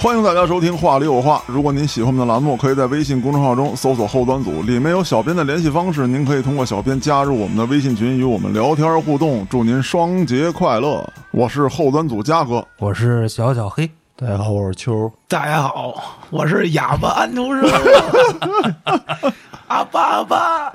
欢迎大家收听《话里有话》。如果您喜欢我们的栏目，可以在微信公众号中搜索“后端组”，里面有小编的联系方式，您可以通过小编加入我们的微信群，与我们聊天互动。祝您双节快乐！我是后端组嘉哥，我是小小黑，大家好，我是秋。大家好，我是哑巴安徒生，阿巴阿巴，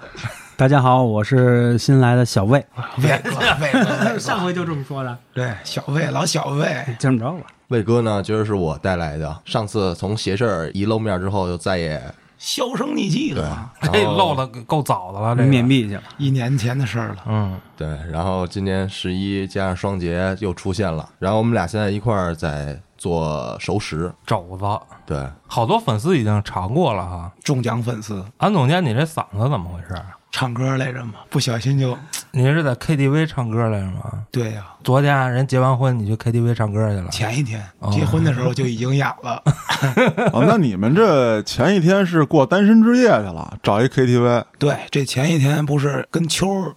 大家好，我是新来的小魏，魏哥，魏哥，上回就这么说的，对小魏老小魏，这么着吧。魏哥呢，今儿是我带来的。上次从邪事儿一露面之后，就再也销声匿迹了， 这漏的够早的了，这个面壁去了，一年前的事儿了。嗯，对。然后今年十一加上双节又出现了，然后我们俩现在一块儿在做熟食。肘子，对，好多粉丝已经尝过了哈。中奖粉丝安总监，你这嗓子怎么回事啊？唱歌来着嘛，不小心就你是在 KTV 唱歌来着吗？对呀、昨天啊人结完婚，你去 KTV 唱歌去了？ 前一天哦结婚的时候就已经哑了，啊，那你们这前一天是过单身之夜去了，找一 KTV，对，这前一天不是跟秋儿，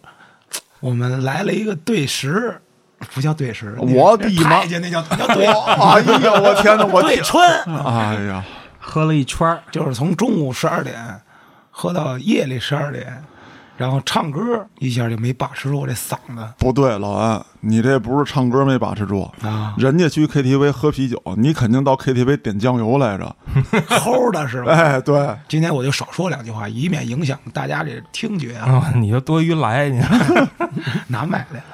我们来了一个对食，不叫对食，那我那的妈太监那叫叫 对哎呀，我天哪，我对穿，哎呀，喝了一圈儿，就是从中午十二点喝到夜里十二点，然后唱歌一下就没把持住我这嗓子 不对，老安，你这不是唱歌没把持住，啊，人家去 KTV 喝啤酒，你肯定到 KTV 点酱油来着。齁的是吧？哎，对，今天我就少说两句话，以免影响大家这听觉啊，啊、你就多余来，你难买来了。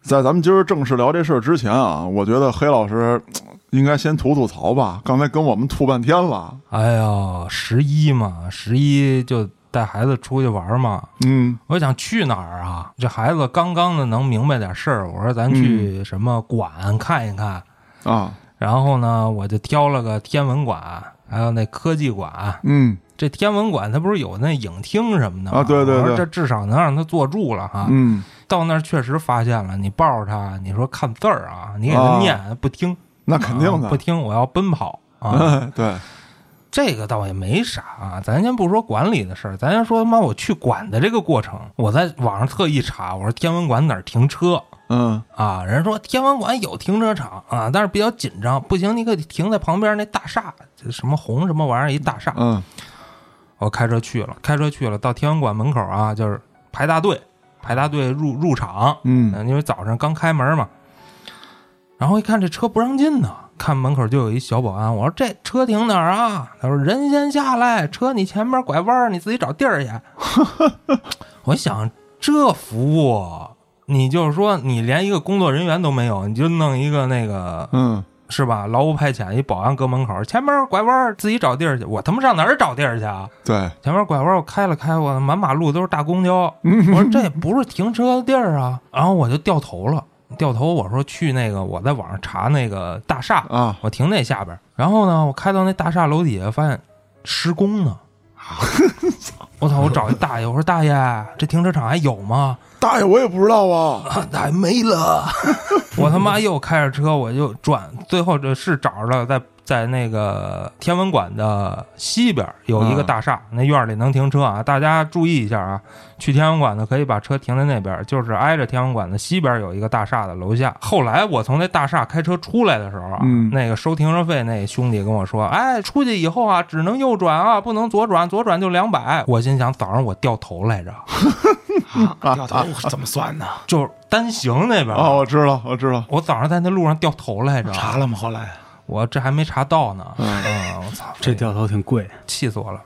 在咱们今儿正式聊这事儿之前啊，我觉得黑老师嘖应该先吐吐槽吧。刚才跟我们吐半天了， 哎呦，十一嘛，十一就带孩子出去玩嘛。嗯，我想去哪儿啊？这孩子刚刚的能明白点事儿，我说咱嗯去什么馆看一看。啊，然后呢，我就挑了个天文馆，还有那科技馆。嗯这天文馆它不是有那影厅什么的吗啊对对对我说这至少能让他坐住了哈。嗯，到那儿确实发现了，你抱着他，你说看字儿啊，你给他念、不听，那肯定的，啊不听，我要奔跑啊。哎， 对，这个倒也没啥啊，咱先不说管理的事儿，咱先说他妈我去管的这个过程。我在网上特意查，我说天文馆哪儿停车嗯，啊？人说天文馆有停车场啊，但是比较紧张，不行你可以停在旁边那大厦，这什么红什么玩意儿一大厦。嗯，我开车去了，开车去了，到天文馆门口啊，就是排大队，排大队入入场。嗯，嗯，因为早上刚开门嘛。然后一看这车不让进呢，看门口就有一小保安，我说这车停哪儿啊？他说人先下来，车你前面拐弯儿，你自己找地儿去。 我想这服务，你就是说你连一个工作人员都没有，你就弄一个那个嗯，是吧？劳务派遣一保安搁门口，前面拐弯儿自己找地儿去。我他妈上哪儿找地儿去啊？对，前面拐弯我开了开，我满马路都是大公交，我说这不是停车的地儿啊，然后我就掉头了，掉头我说去那个我在网上查那个大厦，啊，我停那下边儿，然后呢我开到那大厦楼底下发现施工呢，我操！我找一大爷，我说大爷，这停车场还有吗？大爷，我也不知道啊，啊，那还没了。我他妈又开着车，我就转，最后这是找着了，在在那个天文馆的西边有一个大厦，那院里能停车啊。大家注意一下啊，去天文馆的可以把车停在那边，就是挨着天文馆的西边有一个大厦的楼下。后来我从那大厦开车出来的时候啊，嗯那个收停车费那兄弟跟我说，哎，出去以后啊，只能右转啊，不能左转，左转就两百。我心想，早上我掉头来着，啊， 掉头怎么算呢？就是单行那边啊，我知道，我知道，我早上在那路上掉头来着，查了吗？后来我这还没查到呢。嗯啊，我操，哎这掉头挺贵，气死我了！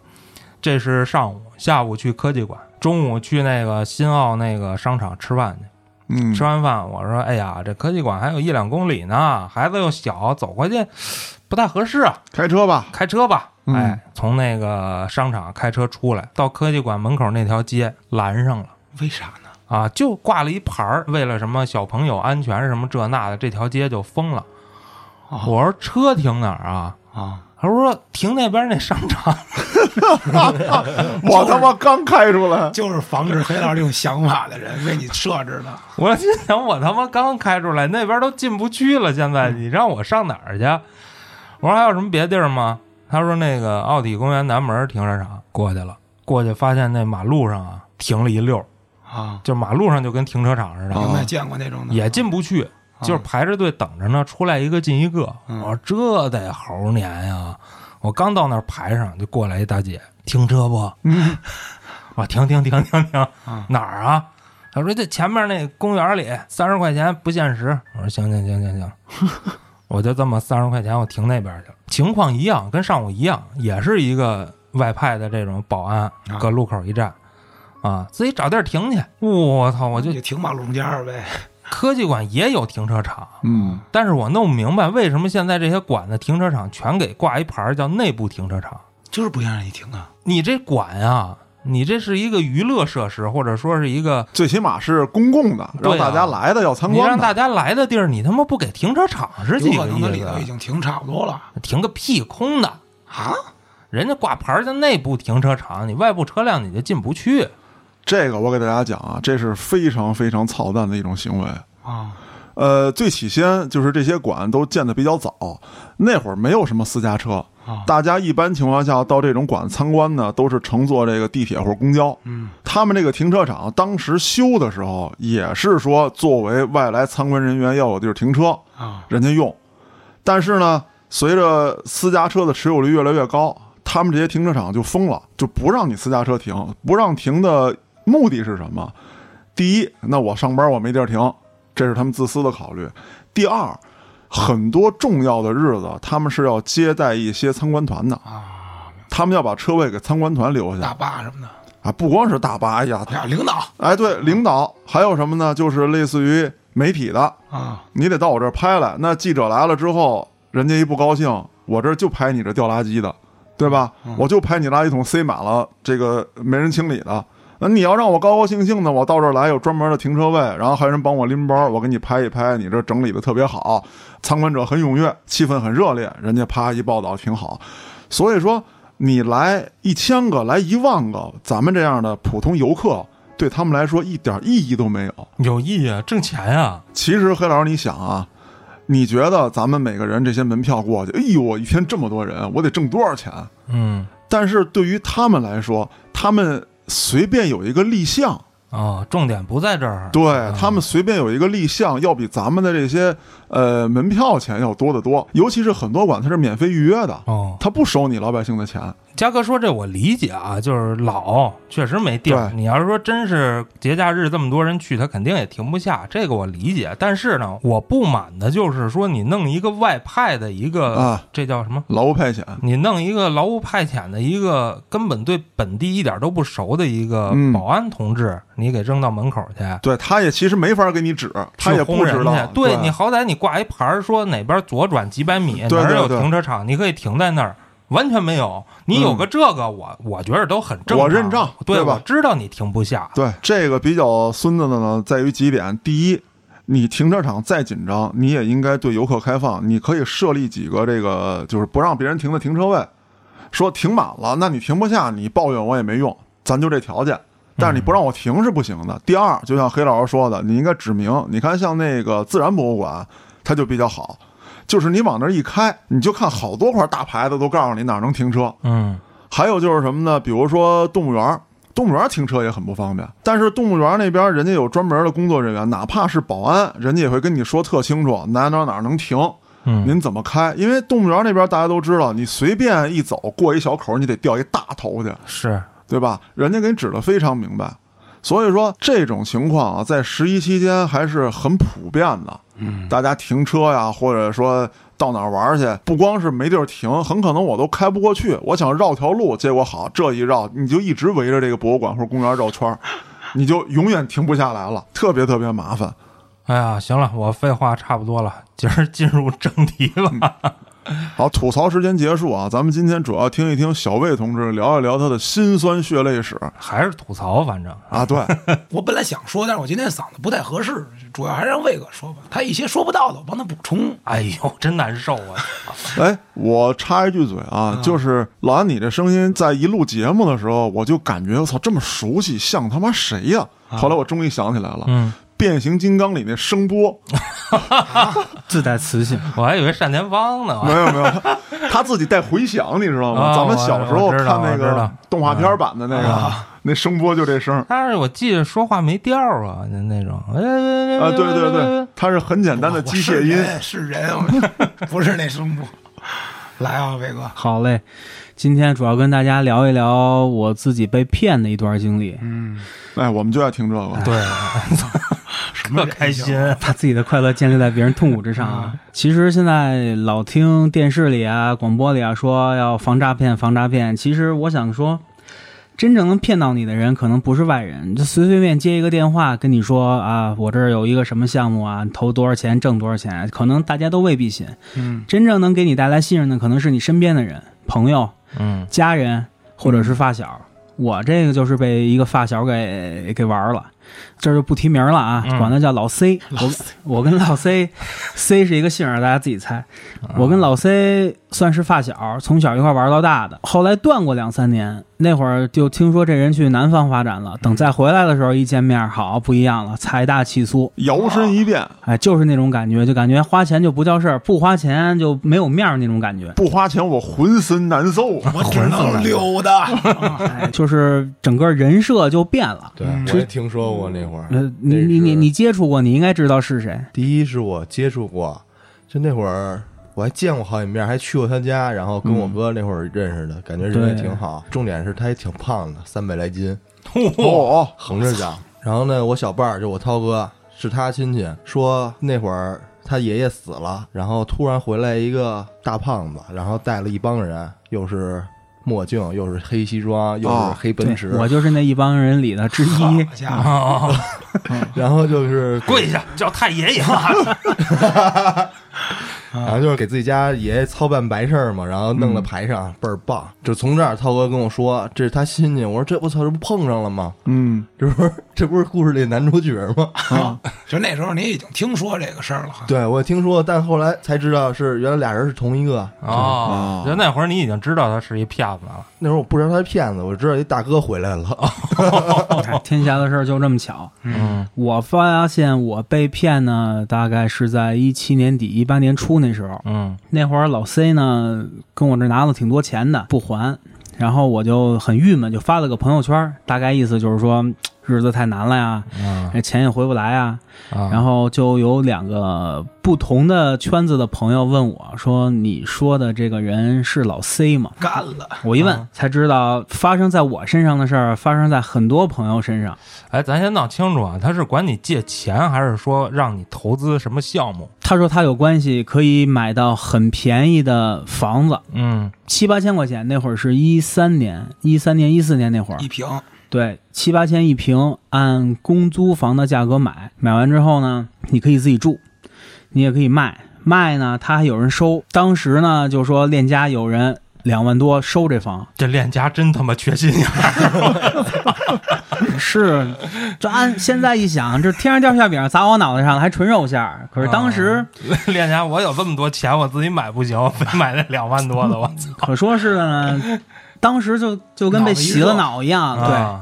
这是上午，下午去科技馆，中午去那个新奥那个商场吃饭去。嗯吃，完饭我说：“哎呀，这科技馆还有一两公里呢，孩子又小，走过去不太合适啊，开车吧，开车吧。”嗯哎，从那个商场开车出来，到科技馆门口那条街拦上了。为啥呢？啊，就挂了一牌儿，为了什么小朋友安全什么这那的，这条街就封了。哦我说车停哪儿啊？啊，他说停那边那商场。 我他妈刚开出来，就是防止黑老师这种想法的人为你设置的。我心想，我他妈刚开出来，那边都进不去了，现在你让我上哪儿去？啊我说还有什么别地儿吗？他说那个奥体公园南门停车场过去了，过去发现那马路上啊停了一溜儿，啊，就马路上就跟停车场似的，哦明白见过那种的，也进不去。就是排着队等着呢，出来一个进一个。我说这得猴年呀！我刚到那儿排上，就过来一大姐，停车不？ 我停停停停停，哪儿啊？她说这前面那公园里，三十块钱不限时。我说行行行行行，我就这么三十块钱，我停那边去了。情况一样，跟上午一样，也是一个外派的这种保安，搁路口一站，啊，自己找地儿停去。我操，我就就停马路中间儿呗。科技馆也有停车场，嗯，但是我弄不明白为什么现在这些馆的停车场全给挂一牌儿叫内部停车场。就是不想让你停啊！你这馆啊，你这是一个娱乐设施，或者说是一个最起码是公共的，对让啊大家来的要参你让观的。大家来的地儿，你他妈不给停车场是有几可个能它意里头思？已啊经停差不多了停个屁，空的！啊！人家挂牌儿叫内部停车场，你外部车辆你就进不去。这个我给大家讲啊，这是非常非常操蛋的一种行为。啊，呃，最起先就是这些馆都建的比较早，那会儿没有什么私家车，大家一般情况下到这种馆参观呢，都是乘坐这个地铁或公交。嗯，他们这个停车场当时修的时候，也是说作为外来参观人员要有地儿停车啊，人家用。但是呢，随着私家车的持有率越来越高，他们这些停车场就封了，就不让你私家车停，不让停的目的是什么？第一，那我上班我没地儿停，这是他们自私的考虑；第二，很多重要的日子他们是要接待一些参观团的他们要把车位给参观团留大下坝什么的，啊，不光是大巴，哎呀，俩领导哎，对，领导还有什么呢？就是类似于媒体的，啊，你得到我这儿拍来。那记者来了之后，人家一不高兴，我这儿就拍你这掉垃圾的，对吧？我就拍你垃圾桶塞满了这个没人清理的。那你要让我高高兴兴的，我到这儿来有专门的停车位，然后还有人帮我拎包，我给你拍一拍，你这整理的特别好，参观者很踊跃，气氛很热烈，人家啪一报道挺好。所以说，你来一千个，来一万个，咱们这样的普通游客，对他们来说一点意义都没有。有意义啊，挣钱啊！其实黑老师，你想啊，你觉得咱们每个人这些门票过去，哎呦，我一天这么多人，我得挣多少钱？嗯，但是对于他们来说，他们随便有一个立项，嗯哦，重点不在这儿。对他们随便有一个立项，要比咱们的这些呃门票钱要多得多。尤其是很多馆它是免费预约的，哦，它不收你老百姓的钱。嘉哥说这我理解啊，就是老确实没地儿。对你要是说真是节假日这么多人去，他肯定也停不下，这个我理解。但是呢，我不满的就是说你弄一个外派的一个，啊这叫什么？劳务派遣，你弄一个劳务派遣的一个根本对本地一点都不熟的一个嗯保安同志，你给扔到门口去，对，他也其实没法给你指，他也去轰不知人道去。。对你好歹你挂一牌儿说哪边左转几百米，对哪儿有对对停车场，你可以停在那儿。完全没有，你有个这个，我我觉得都很正常。我认账对对吧我知道你停不下。对啊这个比较孙子的呢，在于几点：第一，你停车场再紧张，你也应该对游客开放，你可以设立几个这个就是不让别人停的停车位，说停满了，那你停不下，你抱怨我也没用，咱就这条件。但是你不让我停是不行的。第二，就像黑老师说的，你应该指明。你看，像那个自然博物馆，它就比较好，就是你往那儿一开，你就看好多块大牌子都告诉你哪儿能停车，嗯，还有就是什么呢？比如说动物园儿，动物园儿停车也很不方便。但是动物园儿那边儿人家有专门的工作人员，哪怕是保安，人家也会跟你说特清楚哪哪哪儿能停，嗯您怎么开？因为动物园儿那边儿大家都知道，你随便一走过一小口儿，你得掉一大头去，是对吧？人家给你指的非常明白。所以说这种情况啊，在十一期间还是很普遍的。嗯，大家停车呀，或者说到哪儿玩儿去，不光是没地儿停，很可能我都开不过去。我想绕条路，结果好，这一绕你就一直围着这个博物馆或者公园绕圈儿，你就永远停不下来了，特别特别麻烦。哎呀，行了，我废话差不多了， 今儿进入正题吧。好，吐槽时间结束啊，咱们今天主要听一听小魏同志聊一聊他的辛酸血泪史 还是吐槽，反正啊。对，我本来想说，但是我今天嗓子不太合适，主要还是让魏哥说吧。他一些说不到的，我帮他补充。哎呦，真难受啊！哎，我插一句嘴啊，就是老安，你这声音在一录节目的时候，我就感觉我操这么熟悉，像他妈谁呀、后来我终于想起来了，嗯变形金刚》里那声波，自带磁性。 我还以为单田芳呢。没有没有，他他自己带回响，你知道吗？啊咱们小时候我知道看那我知个道动画片版的那个，那声波就这声儿但是我记得说话没调儿啊，那那种，哎哎啊，对对对，，它是很简单的我机械音是。人是人， 我不是那声部。来啊，伟哥，好嘞，今天主要跟大家聊一聊我自己被骗的一段经历，嗯，哎，我们就爱听这个。对，什么特人开心 嗯行，把自己的快乐建立在别人痛苦之上啊。其实现在老听电视里啊、广播里啊说要防诈骗、防诈骗，其实我想说。真正能骗到你的人，可能不是外人，就随随便接一个电话跟你说啊，我这儿有一个什么项目啊，投多少钱挣多少钱，可能大家都未必信。嗯，真正能给你带来信任的，可能是你身边的人、朋友、嗯，家人或者是发小。我这个就是被一个发小给给玩了，这就不提名了啊，嗯管他叫老 C。我我 跟老 C，C 是一个姓儿，大家自己猜。我跟老 C 算是发小，从小一块玩到大的。后来断过两三年，那会儿就听说这人去南方发展了。等再回来的时候，一见面，好不一样了，财大气粗，摇身一变，哎，就是那种感觉，就感觉花钱就不叫事儿，不花钱就没有面儿那种感 觉。不花钱我浑身难受啊！我只能溜 达。哎，就是整个人设就变了。对，嗯我也听说过那会儿。呃，那你你你是你接触过，你应该知道是谁。第一是我接触过，就那会儿我还见过好几面，还去过他家，然后跟我哥那会儿认识的，感觉人也对挺好。重点是他也挺胖的，三百来斤，哦，横着长。然后呢，我小伴儿就我涛哥是他亲戚，说那会儿他爷爷死了，然后突然回来一个大胖子，然后带了一帮人，又是墨镜，又是黑西装，又是哦黑奔对驰，，我就是那一帮人里的之好一。家哦伙，哦，然后就是给跪下叫太爷爷嘛，然后就是给自己家爷爷操办白事儿嘛，然后弄了排上，倍儿棒。就从这儿，涛哥跟我说，这是他亲戚。我说这我操，这不碰上了吗？嗯这不是这不是故事里男主角吗？啊，就那时候你已经听说这个事儿了哈。对，我听说，但后来才知道是原来俩人是同一个。 哦，就那会儿你已经知道他是一骗子了，那会儿我不知道他是骗子，我知道一大哥回来了。啊哎天下的事儿就这么巧。哦嗯我发现我被骗呢，大概是在一七年底、一八年初那时候。嗯那会儿老 C 呢跟我这拿了挺多钱的，不还，然后我就很郁闷，就发了个朋友圈，大概意思就是说日子太难了呀，嗯哎钱也回不来啊。啊，然后就有两个不同的圈子的朋友问我说：“你说的这个人是老 C 吗干了，？”我一问啊才知道，发生在我身上的事儿，发生在很多朋友身上。哎，咱先闹清楚啊，他是管你借钱，还是说让你投资什么项目？他说他有关系，可以买到很便宜的房子，嗯七八千块钱。那会儿是一三年、一三年、一四年那会儿一，瓶对，七八千一平，按公租房的价格买，买完之后呢，你可以自己住，你也可以卖，卖呢，他还有人收。当时呢，就说链家有人两万多收这房，这链家真他妈缺心眼儿， 是，这按现在一想，这天上掉馅饼砸我脑袋上了，还纯肉馅儿。可是当时链家我有这么多钱，我自己买不行，我非买那两万多的，我操！可说是呢， 当时就就跟被洗了脑一样，对，嗯啊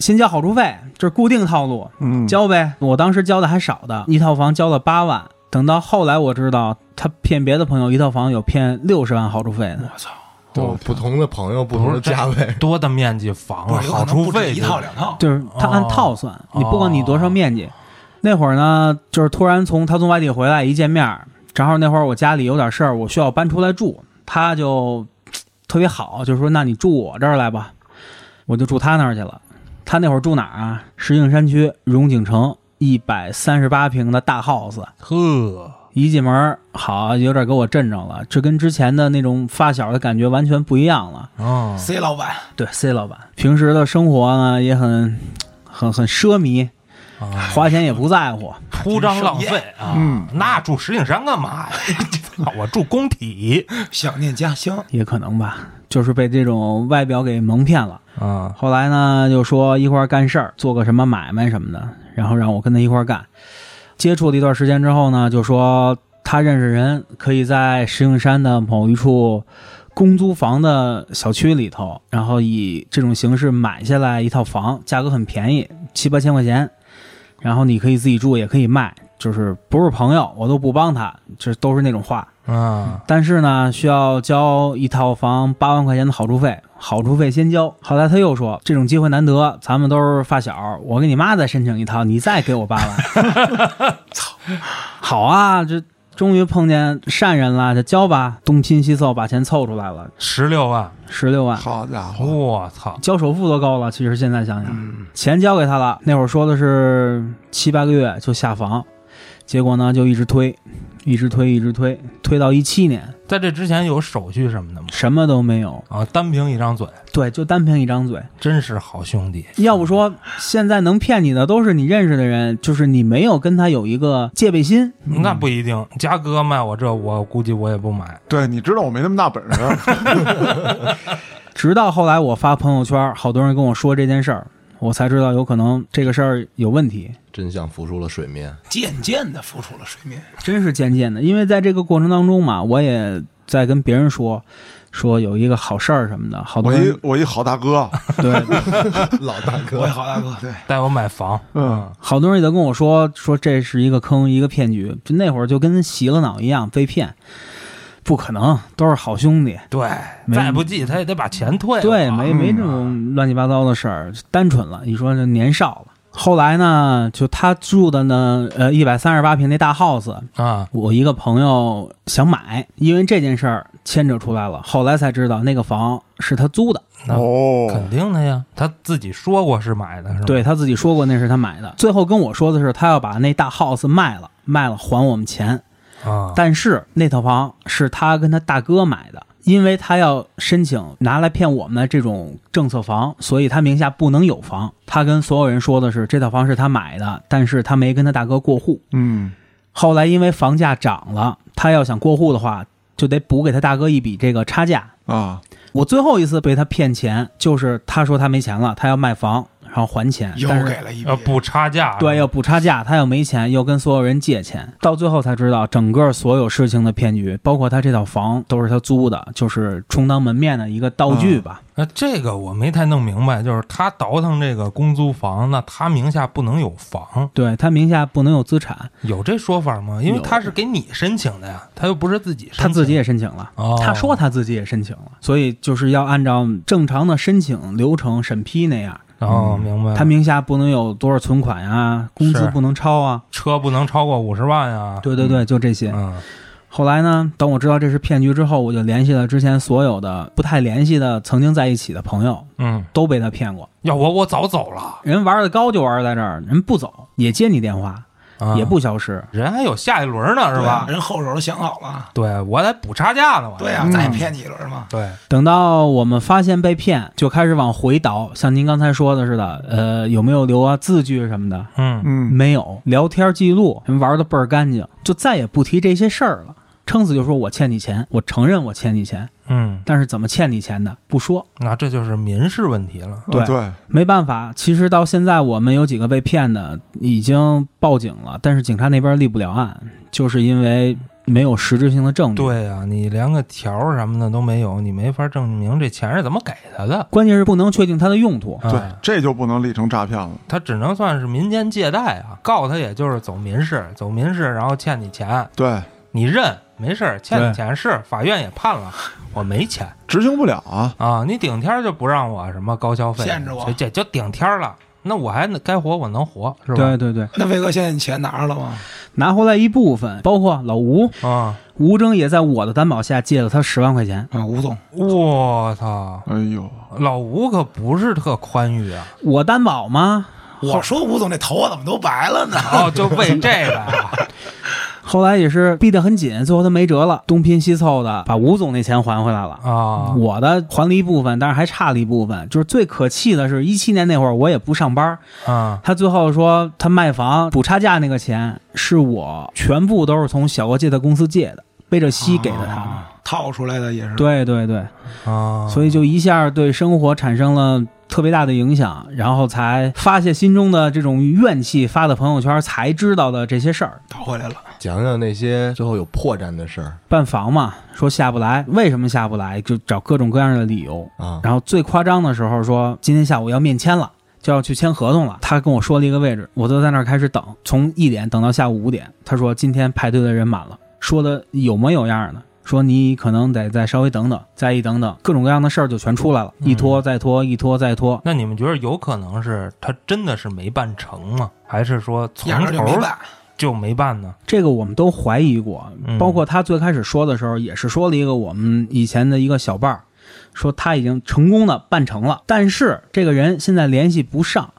先交好处费，这是固定套路。嗯，交呗。我当时交的还少的，一套房交了八万。等到后来我知道，他骗别的朋友一套房有骗六十万好处费的。就哦不同的朋友，不同的价 位，多大面积房不啊，是有可好能处不止费一套两套，就是他按哦套算，你哦不管你多少面积。那会儿呢，就是突然从他从外地回来，一见面儿，正好那会儿我家里有点事儿，我需要搬出来住，他就嘖特别好，就说那你住我这儿来吧，我就住他那儿去了。他那会儿住哪儿啊？石景山区荣景城一百三十八平的大 house，呵，一进门儿，好，有点给我震着了，这跟之前的那种发小的感觉完全不一样了。嗯 C 老板对，C 老板平时的生活呢也很、很、很奢靡，啊，花钱也不在乎。铺张浪费啊，嗯那住石景山干嘛呀？ 我住工体想念家乡，也可能吧，就是被这种外表给蒙骗了。啊，后来呢，就说一块儿干事儿，做个什么买卖什么的，然后让我跟他一块儿干。接触了一段时间之后呢，就说他认识人，可以在石景山的某一处公租房的小区里头，然后以这种形式买下来一套房，价格很便宜，七八千块钱。然后你可以自己住，也可以卖，就是不是朋友，我都不帮他，这都是那种话。啊，但是呢，需要交一套房八万块钱的好处费，好处费先交。后来他又说，这种机会难得，咱们都是发小，我给你妈再申请一套，你再给我八万。操，好啊，这终于碰见善人了，就交吧，东拼西凑把钱凑出来了，十六万，十六万。好家哦伙，我操，交首付都高了，其实现在想想，嗯，钱交给他了，那会儿说的是七八个月就下房，结果呢就一直推，一直推，一直推，推到一七年在这之前有手续什么的吗？什么都没有，啊，单凭一张嘴，对，就单凭一张嘴。真是好兄弟。要不说现在能骗你的都是你认识的人，就是你没有跟他有一个戒备心。那不一定，嘉哥卖我这，我估计我也不买。对，你知道我没那么大本事，直到后来我发朋友圈，好多人跟我说这件事儿，我才知道有可能这个事儿有问题。真相浮出了水面。渐渐的浮出了水面。真是渐渐的，因为在这个过程当中嘛，我也在跟别人说，说有一个好事儿什么的，好多我一人我一好大哥，对， 老大我也哥，好大哥，对，带我买房，嗯，好多人也都跟我说，说这是一个坑，一个骗局，就那会儿就跟洗了脑一样被骗，不可能，都是好兄弟，对，没再不济他也得把钱退了。对，没没嗯这种乱七八糟的事儿，单纯了，你说这年少了。后来呢，就他住的呢，呃，一百三十八平那大 house，啊，我一个朋友想买，因为这件事儿牵扯出来了，后来才知道那个房是他租的，那肯哦，定的呀，他自己说过是买的，是吧？对他自己说过那是他买的。最后跟我说的是，他要把那大 house 卖了，卖了还我们钱。啊，但是那套房是他跟他大哥买的，因为他要申请拿来骗我们的这种政策房，所以他名下不能有房。他跟所有人说的是这套房是他买的，但是他没跟他大哥过户。嗯，后来因为房价涨了，他要想过户的话，就得补给他大哥一笔这个差价。啊，我最后一次被他骗钱，就是他说他没钱了，他要卖房，然后还钱，又但是给了一笔要，不差价，对，要补差价，他又没钱，又跟所有人借钱，到最后才知道整个所有事情的骗局，包括他这套房都是他租的，就是充当门面的一个道具吧。那这个我没太弄明白，就是他倒腾这个公租房，那他名下不能有房，对他名下不能有资产，有这说法吗？因为有他是给你申请的呀，他又不是自己申请，他自己也申请了。哦，他说他自己也申请了，所以就是要按照正常的申请流程审批那样，哦，明白了，嗯他名下不能有多少存款呀、工资是不能超啊，车不能超过五十万呀，对对对，就这些。嗯，后来呢，等我知道这是骗局之后，我就联系了之前所有的不太联系的曾经在一起的朋友，嗯，都被他骗过。要我我早走了，人玩的高就玩在这儿，人不走也接你电话，啊也不消失。人还有下一轮呢，是对啊吧？人后手都想好了，对我得补差价呢，我对呀、啊嗯再骗你一轮嘛。对，等到我们发现被骗，就开始往回倒，像您刚才说的似的，呃，有没有留啊字据什么的？嗯，嗯，没有，聊天记录人玩的倍儿干净，就再也不提这些事儿了。撑死就说我欠你钱，我承认我欠你钱，嗯，但是怎么欠你钱的不说，那这就是民事问题了，对啊对，没办法。其实到现在我们有几个被骗的已经报警了，但是警察那边立不了案，就是因为没有实质性的嗯证据。对呀、你连个条儿什么的都没有，你没法证明这钱是怎么给他的，关键是不能确定它的用途。啊对，这就不能立成诈骗了，他只能算是民间借贷啊，告他也就是走民事，走民事，然后欠你钱，对，你认没事儿，欠对你钱是法院也判了，我没钱执行不了啊，啊，你顶天儿就不让我什么高消费，限制我就这就顶天儿了，那我还能该活我能活是吧对？对对， 那飞哥，现在你钱拿着了吗？拿回来一部分，包括老吴，啊，吴征也在我的担保下借了他十万块钱。啊，吴总，我操，哎呦，老吴可不是特宽裕啊，我担保吗？我说吴总这头发怎么都白了呢？哦，就为这个啊，后来也是逼得很紧，最后他没辙了，东拼西凑的把吴总那钱还回来了。 啊我的还了一部分，但是还差了一部分。就是最可气的是，一七年那会儿我也不上班，啊他最后说他卖房补差价那个钱是我全部都是从小额借贷公司借的，背着息给的他们。啊套出来的也是。对对对，哦啊，所以就一下对生活产生了特别大的影响，然后才发泄心中的这种怨气，发到朋友圈才知道的这些事儿。倒回来了，讲讲那些最后有破绽的事儿办房嘛，说下不来，为什么下不来？就找各种各样的理由。啊然后最夸张的时候说，今天下午要面签了，就要去签合同了。他跟我说了一个位置，我就在那儿开始等，从一点等到下午五点。他说今天排队的人满了，说的有模有样的，说你可能得再稍微等等，再一等等，各种各样的事儿就全出来了，一拖再拖，一拖再拖。那你们觉得有可能是他真的是没办成吗？还是说从压根儿就头没儿办。就没办呢？这个我们都怀疑过嗯，包括他最开始说的时候，也是说了一个我们以前的一个小伴儿，说他已经成功的办成了，但是这个人现在联系不上，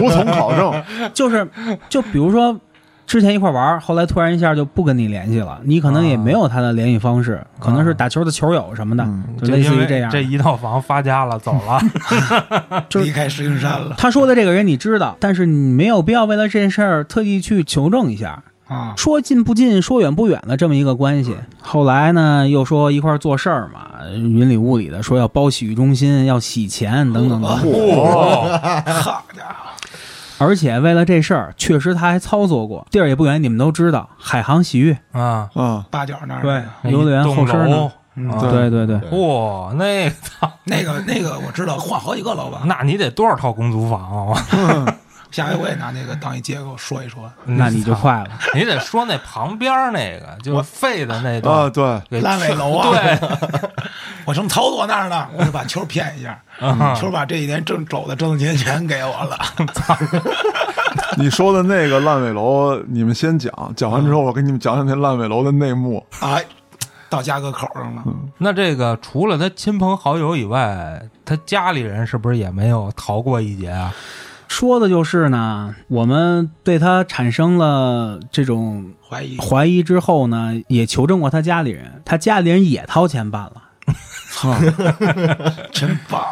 无从考证。嗯就是就比如说之前一块玩儿，后来突然一下就不跟你联系了，你可能也没有他的联系方式，可能是打球的球友什么的，嗯就类似因于为这样。嗯这一套房发家了，走了，就是离开石景山 了他说的这个人你知道，但是你没有必要为了这件事儿特意去求证一下。啊，说近不近，说远不远的这么一个关系。后来呢，又说一块儿做事儿嘛，云里雾里的说要包洗浴中心，要洗钱等等等等。 哦，好家伙，而且为了这事儿，确实他还操作过，地儿也不远，你们都知道，海航洗浴，啊， 啊，八角那儿那游乐园一栋后身楼呢。嗯啊对对对，哇，那那个那个我知道换好几个老板，那你得多少套公租房啊？ 下回我也拿那个当一借口说一说，那你就快了。你得说那旁边儿那个就是废的那啊，栋对，给烂尾楼啊对，我从曹佐那儿呢，我就把球骗一下，嗯球把这一年挣走的挣的钱全给我了，你说的那个烂尾楼，你们先讲，讲完之后我给你们讲讲那烂尾楼的内幕。哎，到家哥口上了，那这个除了他亲朋好友以外，他家里人是不是也没有逃过一劫啊？说的就是呢，我们对他产生了这种怀疑怀疑之后呢，也求证过他家里人，他家里人也掏钱办了，操，真棒，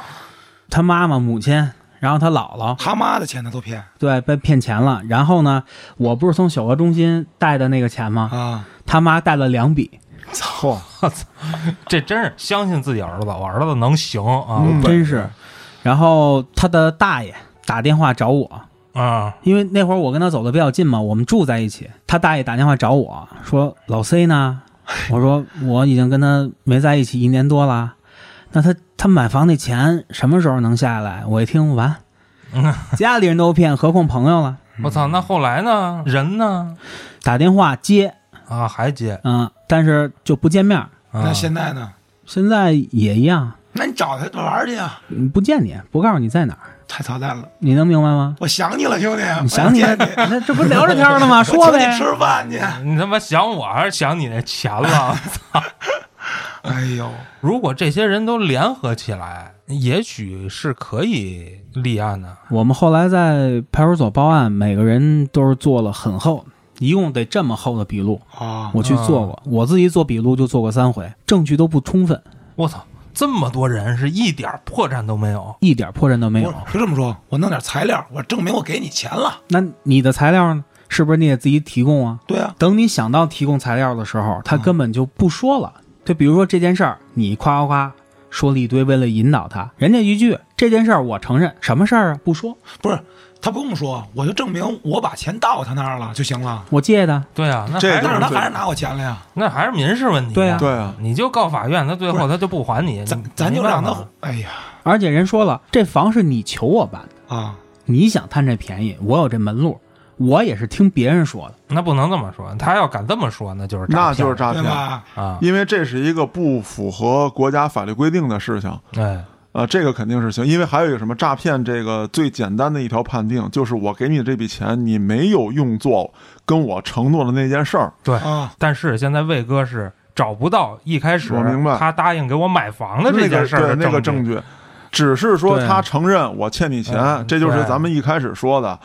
他妈妈、母亲，然后他姥姥，他妈的钱他都骗对，被骗钱了。然后呢，我不是从小额中心贷的那个钱吗？啊，他妈贷了两笔，操，这真是相信自己儿子，我儿子能行啊嗯真是。然后他的大爷打电话找我，啊！因为那会儿我跟他走的比较近嘛，我们住在一起。他大爷打电话找我说：“老 C 呢？”我说：“我已经跟他没在一起一年多了。”那他他买房那钱什么时候能下来？我一听完嗯，家里人都骗，何况朋友了？嗯我操，那后来呢？人呢？打电话接，啊，还接？嗯、但是就不见面儿。啊那现在呢？现在也一样，那你找他玩儿去啊！嗯不见你，不告诉你在哪儿，太操蛋了，你能明白吗？我想你了，兄弟，你想你我了，要见你，那这不聊着天儿呢吗？说 我请呗你。吃饭去。你他妈想我还是想你那钱 了？哎呦，如果这些人都联合起来，也许是可以立案的。我们后来在派出所报案，每个人都是做了很厚，一共得这么厚的笔录，啊，我去做过，我自己做笔录就做过三回，证据都不充分，我操，这么多人是一点破绽都没有。一点破绽都没有。我就这么说，我弄点材料，我证明我给你钱了。那你的材料呢？是不是你得自己提供啊？对啊，等你想到提供材料的时候，他根本就不说了。就比如说这件事儿，你夸夸夸说了一堆，为了引导他，人家一句这件事儿我承认，什么事儿啊？不说，不是他不用说，我就证明我把钱到他那儿了就行了。我借的。对啊，那这还个是但是他还是拿我钱了呀，那还是民事问题、对啊对啊，你就告法院，他最不后他就不还嗯你。咱你咱就让。你没办他法，哎呀而且人说了，这房是你求我办的，啊，你想贪这便宜，我有这门路，我也是听别人说的。那不能这么说，他要敢这么说，那就是那就是诈诈对骗，吧？骗啊！因为这是一个不符合国家法律规定的事情。哎，啊，这个肯定是行，因为还有一个什么诈骗，这个最简单的一条判定就是我给你的这笔钱，你没有用作跟我承诺的那件事儿，对。啊，但是现在魏哥是找不到一开始我明白他答应给我买房的那这个件事儿对的那个证证据。据，只是说对他承认我欠你钱嗯，这就是对咱们一开始说的。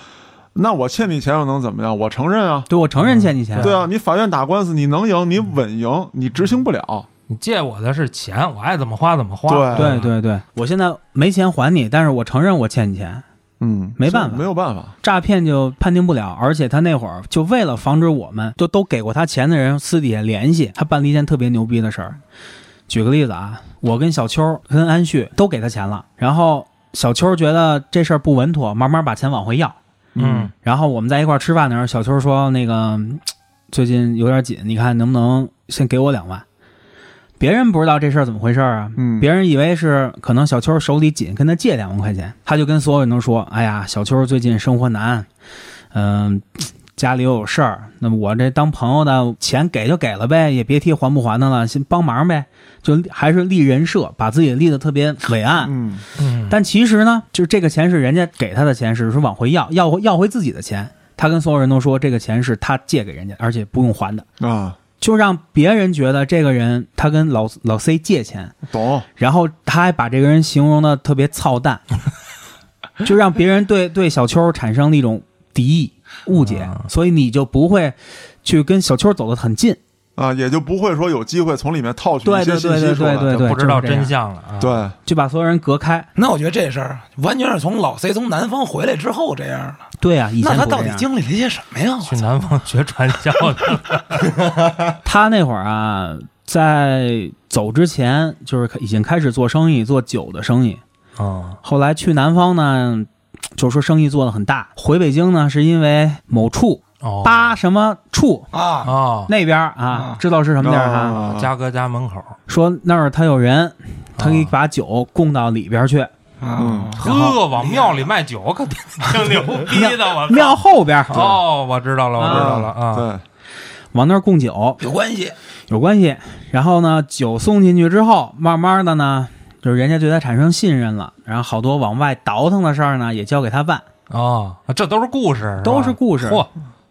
那我欠你钱又能怎么样？我承认啊，对我承认欠你钱，对啊，你法院打官司你能赢，你稳赢，你执行不了。你借我的是钱，我爱怎么花怎么花。对对对对，我现在没钱还你，但是我承认我欠你钱，嗯，没办法没有办法。诈骗就判定不了。而且他那会儿就为了防止我们就都给过他钱的人私底下联系，他办了一件特别牛逼的事儿。举个例子啊，我跟小秋、跟安旭都给他钱了，然后小秋觉得这事儿不稳妥，慢慢把钱往回要。嗯，然后我们在一块儿吃饭的时候，小秋说：“那个嗯最近有点紧，你看能不能先给我两万？”别人不知道这事儿怎么回事儿啊，嗯别人以为是可能小秋手里紧，跟他借两万块钱，他就跟所有人都说：“哎呀，小秋最近生活难，嗯、家里又有事儿，那么我这当朋友的钱给就给了呗，也别提还不还的了，先帮忙呗。”就还是立人设，把自己立的特别伟岸。嗯嗯，但其实呢，就是这个钱是人家给他的钱，是说往回要，要回要回自己的钱。他跟所有人都说，这个钱是他借给人家，而且不用还的。啊，就让别人觉得这个人他跟老老 C 借钱，懂，然后他还把这个人形容的特别操蛋，就让别人对对小秋产生了一种敌意误解啊，所以你就不会去跟小秋走得很近。啊，也就不会说有机会从里面套取一对些对信对息对出来。对对对对，不知道就是这真样，相了啊。对，就把所有人隔开。那我觉得这事儿完全是从老 C 从南方回来之后这样的。对啊，以前那他不这到底样经历了一些什么呀？去南方学传销 的，他那会儿啊，在走之前就是已经开始做生意，做酒的生意。嗯，后来去南方呢，就说生意做得很大。回北京呢，是因为某处哦，八什么处啊，哦，那边儿啊啊，知道是什么地儿哈？啊嘉哥家门口，说那儿他有人，他给啊把酒供到里边儿去，哦嗯嗯，呵，往庙里卖酒可 挺挺牛逼的，我操庙后边儿哦，我知道了，我知道了嗯啊，对，往那儿供酒有关系。有关系。然后呢，酒送进去之后，慢慢的呢，就是人家对他产生信任了，然后好多往外倒腾的事儿呢，也交给他办，哦，这都是故事，都是故故事。嚯，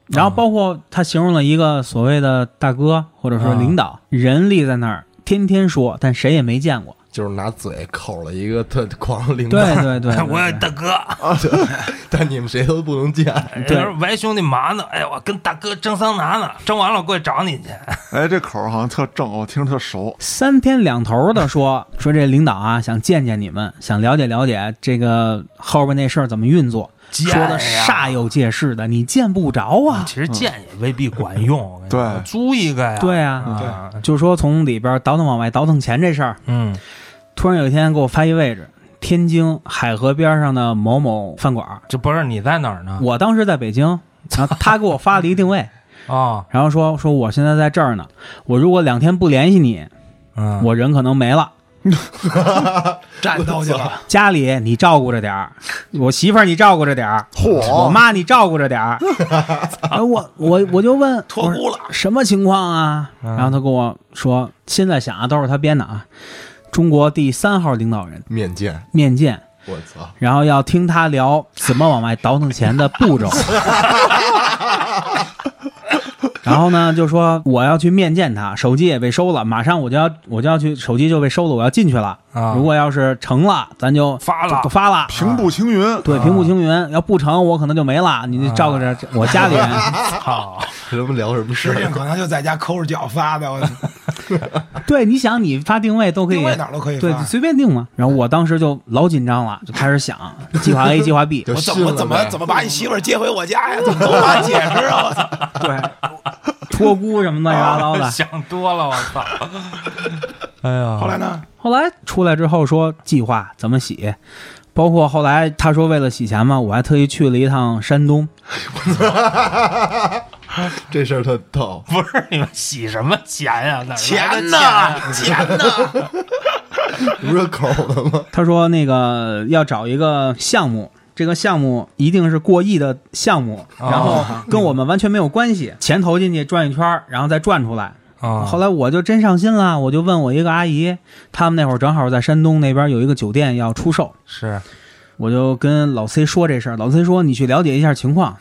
然啊后包括他形容了一个所谓的大哥或者说啊领导，人立在那儿，天天说，但谁也没见过。就是拿嘴扣了一个特狂的领对带， 对对，对我对大哥，但你们谁都不能见。对哎喂，兄弟嘛呢？哎，我跟大哥蒸桑拿呢，蒸完了我过去找你去。哎，这口儿好像特正，我听着特熟。三天两头的说说这领导啊，想见见你们，想了解了解这个后边那事儿怎么运作，见说的呀煞有介事的，你见不着啊。其实见也未必管用，我跟你说对租一个呀。对啊，啊，就说从里边倒腾往外倒腾钱这事儿，嗯，突然有一天给我发一位置，天津海河边上的某某饭馆儿。这不是你在哪儿呢？我当时在北京，然后他给我发了一个定位，哦，然后说说我现在在这儿呢，我如果两天不联系你，嗯，我人可能没了。战斗去了，家里你照顾着点儿，我媳妇儿你照顾着点儿，嚯我妈你照顾着点儿。哎我我我就问脱我说孤了。什么情况啊？嗯然后他跟我说，现在想啊，都是他编的啊。中国第三号领导人面见，面见，我操！然后要听他聊怎么往外倒腾钱的步 骤。然后呢，就说我要去面见他，手机也被收了，马上我就要我就要去，手机就被收了，我要进去了。啊如果要是成了，咱就发了就发了。啊平步青云，啊对，平步青云，要不成，我可能就没了。你得照 顾着我家里人。操，什么聊什么事使劲儿？可能就在家抠着脚发 的，我对，你想，你发定位都可以定，位哪儿都可以对，发。随便定嘛。然后我当时就老紧张了，就开始想计划 A、计划 B。就我怎信么了怎呗么怎么把你媳妇儿接回我家呀？怎 么怎么把解释啊？我操！对，托孤什么乱七八糟啊 的。想多了，我 操！哎呀，后来呢？后来出来之后说计划怎么洗，包括后来他说为了洗钱嘛，我还特意去了一趟山东。这事儿特逗。不是你们洗什么钱呀？哪儿来的钱呢呀？？钱呢？不是口的吗？他说那个要找一个项目。这个项目一定是过亿的项目，然后跟我们完全没有关系。钱投进去转一圈儿，然后再转出来。啊，后来我就真上心了，我就问我一个阿姨，他们那会儿正好在山东那边有一个酒店要出售，是我就跟老 C 说这事儿。老 C 说你去了解一下情况，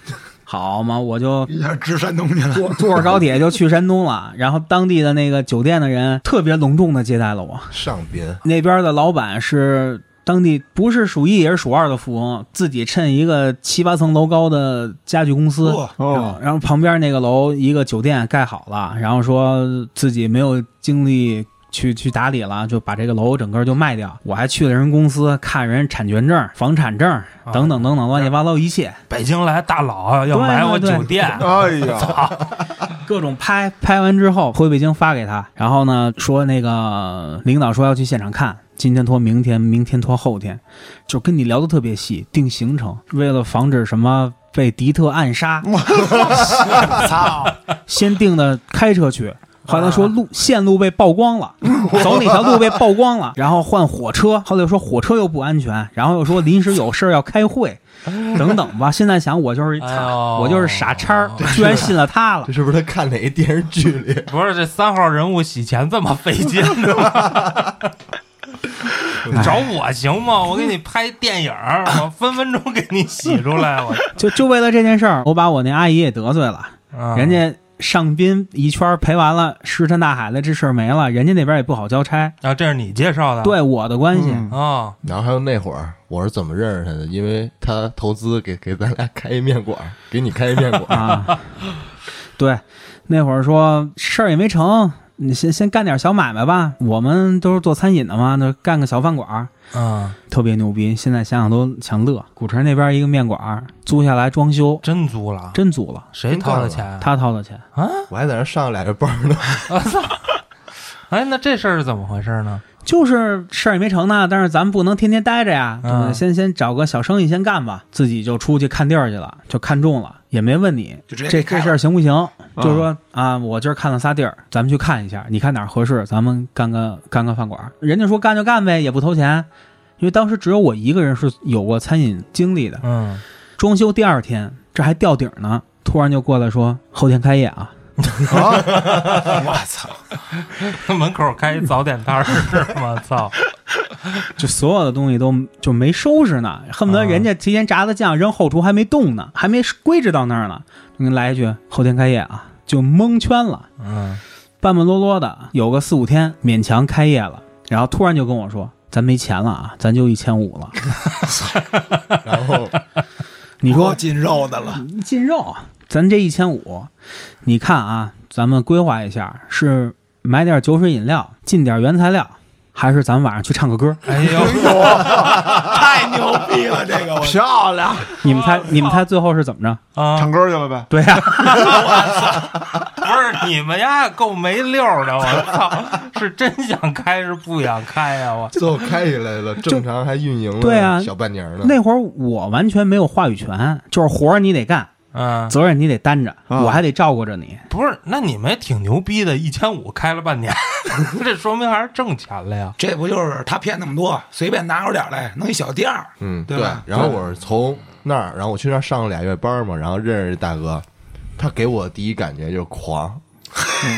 好嘛，我就一下支山东去了。坐坐着高铁就去山东了。然后当地的那个酒店的人特别隆重的接待了我，上宾，那边的老板是当地不是数一也是数二的富翁，自己趁一个七八层楼高的家具公司。哇哦，然后旁边那个楼一个酒店盖好了，然后说自己没有精力去去打理了，就把这个楼整个就卖掉。我还去了人公司看人产权证、房产证等等等等乱七八糟一切，北京来大佬要对买对我对酒店， 哎呀，各种拍拍完之后回北京发给他，然后呢说那个领导说要去现场看。今天拖明天，明天拖后天，就跟你聊的特别细，定行程。为了防止什么 被敌特暗杀，操！先定的开车去，后来说路线路被曝光 了，走哪条路被曝光了，然后换火车，后来又说火车又不安全，然后又说临时有事儿要开会，等等吧。现在想我就是哎呦我就是傻叉儿，居然信了他了这。是不是他看哪一电视剧里？不是这三号人物洗钱这么费劲 的吗？找我行吗？我给你拍电影儿，我分分钟给你洗出来。 我就就为了这件事儿，我把我那阿姨也得罪了。啊人家上宾一圈儿陪完了，石沉大海的这事儿没了，人家那边也不好交差，啊，这是你介绍的？对我的关系。嗯啊，然后还有那会儿我是怎么认识他的？因为他投资给给咱俩开一面馆儿，给你开一面馆 儿，啊，对，那会儿说事儿也没成，你先先干点小买卖吧。我们都是做餐饮的嘛，那干个小饭馆儿，嗯，特别牛逼。现在想想都想乐。古城那边一个面馆儿租下来装修，真租了？真租了，谁掏的钱？他掏的钱。啊！我还在那上俩月班儿呢。 我操！哎，那这事儿是怎么回事呢？就是事儿也没成呢，但是咱们不能天天待着呀，对不对？嗯先先找个小生意先干吧，自己就出去看地儿去了，就看中了，也没问你就直接这给开这了事儿行不行？就是说啊，我今儿看了仨地儿，咱们去看一下，你看哪儿合适，咱们干个干个饭馆儿。人家说干就干呗，也不投钱，因为当时只有我一个人是有过餐饮经历的。嗯， 装修第二天，这还吊顶呢，突然就过来说后天开业啊，我操！门口开一早点摊儿是 吗？操！就所有的东西都就没收拾呢，恨不得人家提前炸的酱扔后厨还没动呢，还没归置到那儿呢，你来一句后天开业啊，就蒙圈了，嗯，半半落落的，有个四五天勉强开业了，然后突然就跟我说。咱没钱了啊，咱就一千五 了。然后你够说进肉的了，你进肉，咱这一千五，你看啊，咱们规划一下，是买点酒水饮料，进点原材料，还是咱晚上去唱个歌？哎呦， 太牛逼了！这个我啊漂亮，你们猜，你们猜最后是怎么着？啊唱，歌去了 呗。对呀、不是你们呀，够没溜儿的！我操，是真想开是不想开呀？我最后开起来了，正常还运营了对啊小半年呢。那会儿我完全没有话语权，就是活儿你得干，嗯，责任你得担着，啊我还得照顾着你。不是，那你们也挺牛逼的，一千五开了半年， 这说明还是挣钱了呀。这不就是他骗那么多，随便拿出点来弄一小店儿，嗯，对吧然后我是从那儿，然后我去那儿上了俩月班嘛，然后认识这大哥，他给我的第一感觉就是狂，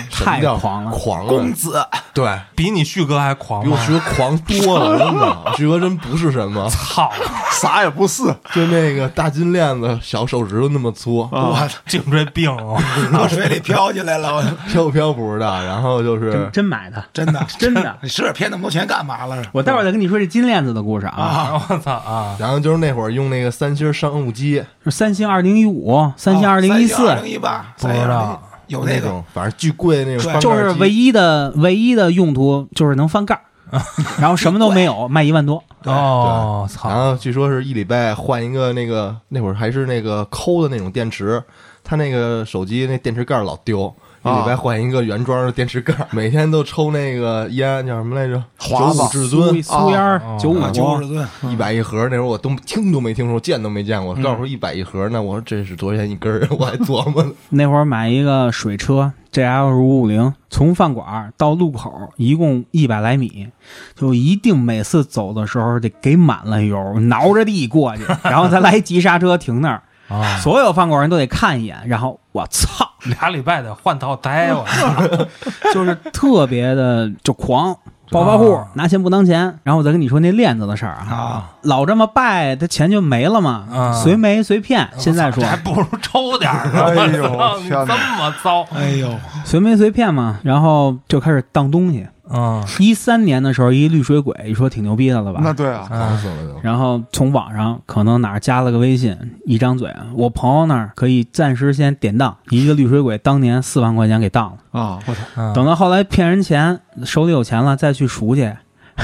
什么太叫狂了狂公了，子啊对，比你旭哥还狂啊比我吗？徐哥狂多了，真的，徐哥真不是什么，操，啥也不是，就那个大金链子，小手指头那么粗， 啊，颈椎病啊！到水里飘起来了，我漂漂浮的，然后就是真真买的，真的真的。是骗那么多钱干嘛了？我待会儿再跟你说这金链子的故事啊，啊，我操啊！然后就是那会儿用那个三星商务机是三星二零一五、三星二零一一四啊二，零一八，不知道有那个种，反正巨贵的那种对翻盖机，就是唯一的唯一的用途就是能翻盖儿，然后什么都没有，卖一万多。哦，然操！后据说是一礼拜换一个那个那会儿还是那个抠的那种电池，他那个手机那电池盖儿老丢，一啊礼拜换一个原装的电池盖儿，每天都抽那个烟叫什么来着？华子九五至尊苏烟儿哦九五啊，九十吨，一百一盒，那会儿我都听都没听说，见都没见过。嗯告诉我一百一盒，那我说这是昨天一根儿，啊我还琢 磨呢。那会儿买一个水车 GL 五五零，从饭馆儿到路口儿一共一百来米，就一定每次走的时候得给满了油，挠着地过去，然后再来一急刹车停那儿，啊，所有饭馆人都得看一眼，然后我操，俩礼拜得换套胎，我操！就是特别的就狂。暴发户啊拿钱不当钱，然后我再跟你说那链子的事儿啊，啊老这么拜，他钱就没了嘛，啊随没随骗。现在说这还不如抽点儿呢！哎呦我操，你天哪这么糟！哎呦，随没随骗嘛，然后就开始当东西，嗯一三年的时候，一绿水鬼，你说挺牛逼的了 那吧？对啊，狂嗯死了都。然后从网上可能哪儿加了个微信，一张嘴，啊我朋友那儿可以暂时先典当一个绿水鬼，当年四万块钱给当了。啊，我操，嗯，等到后来骗人钱，手里有钱了再去赎啊去，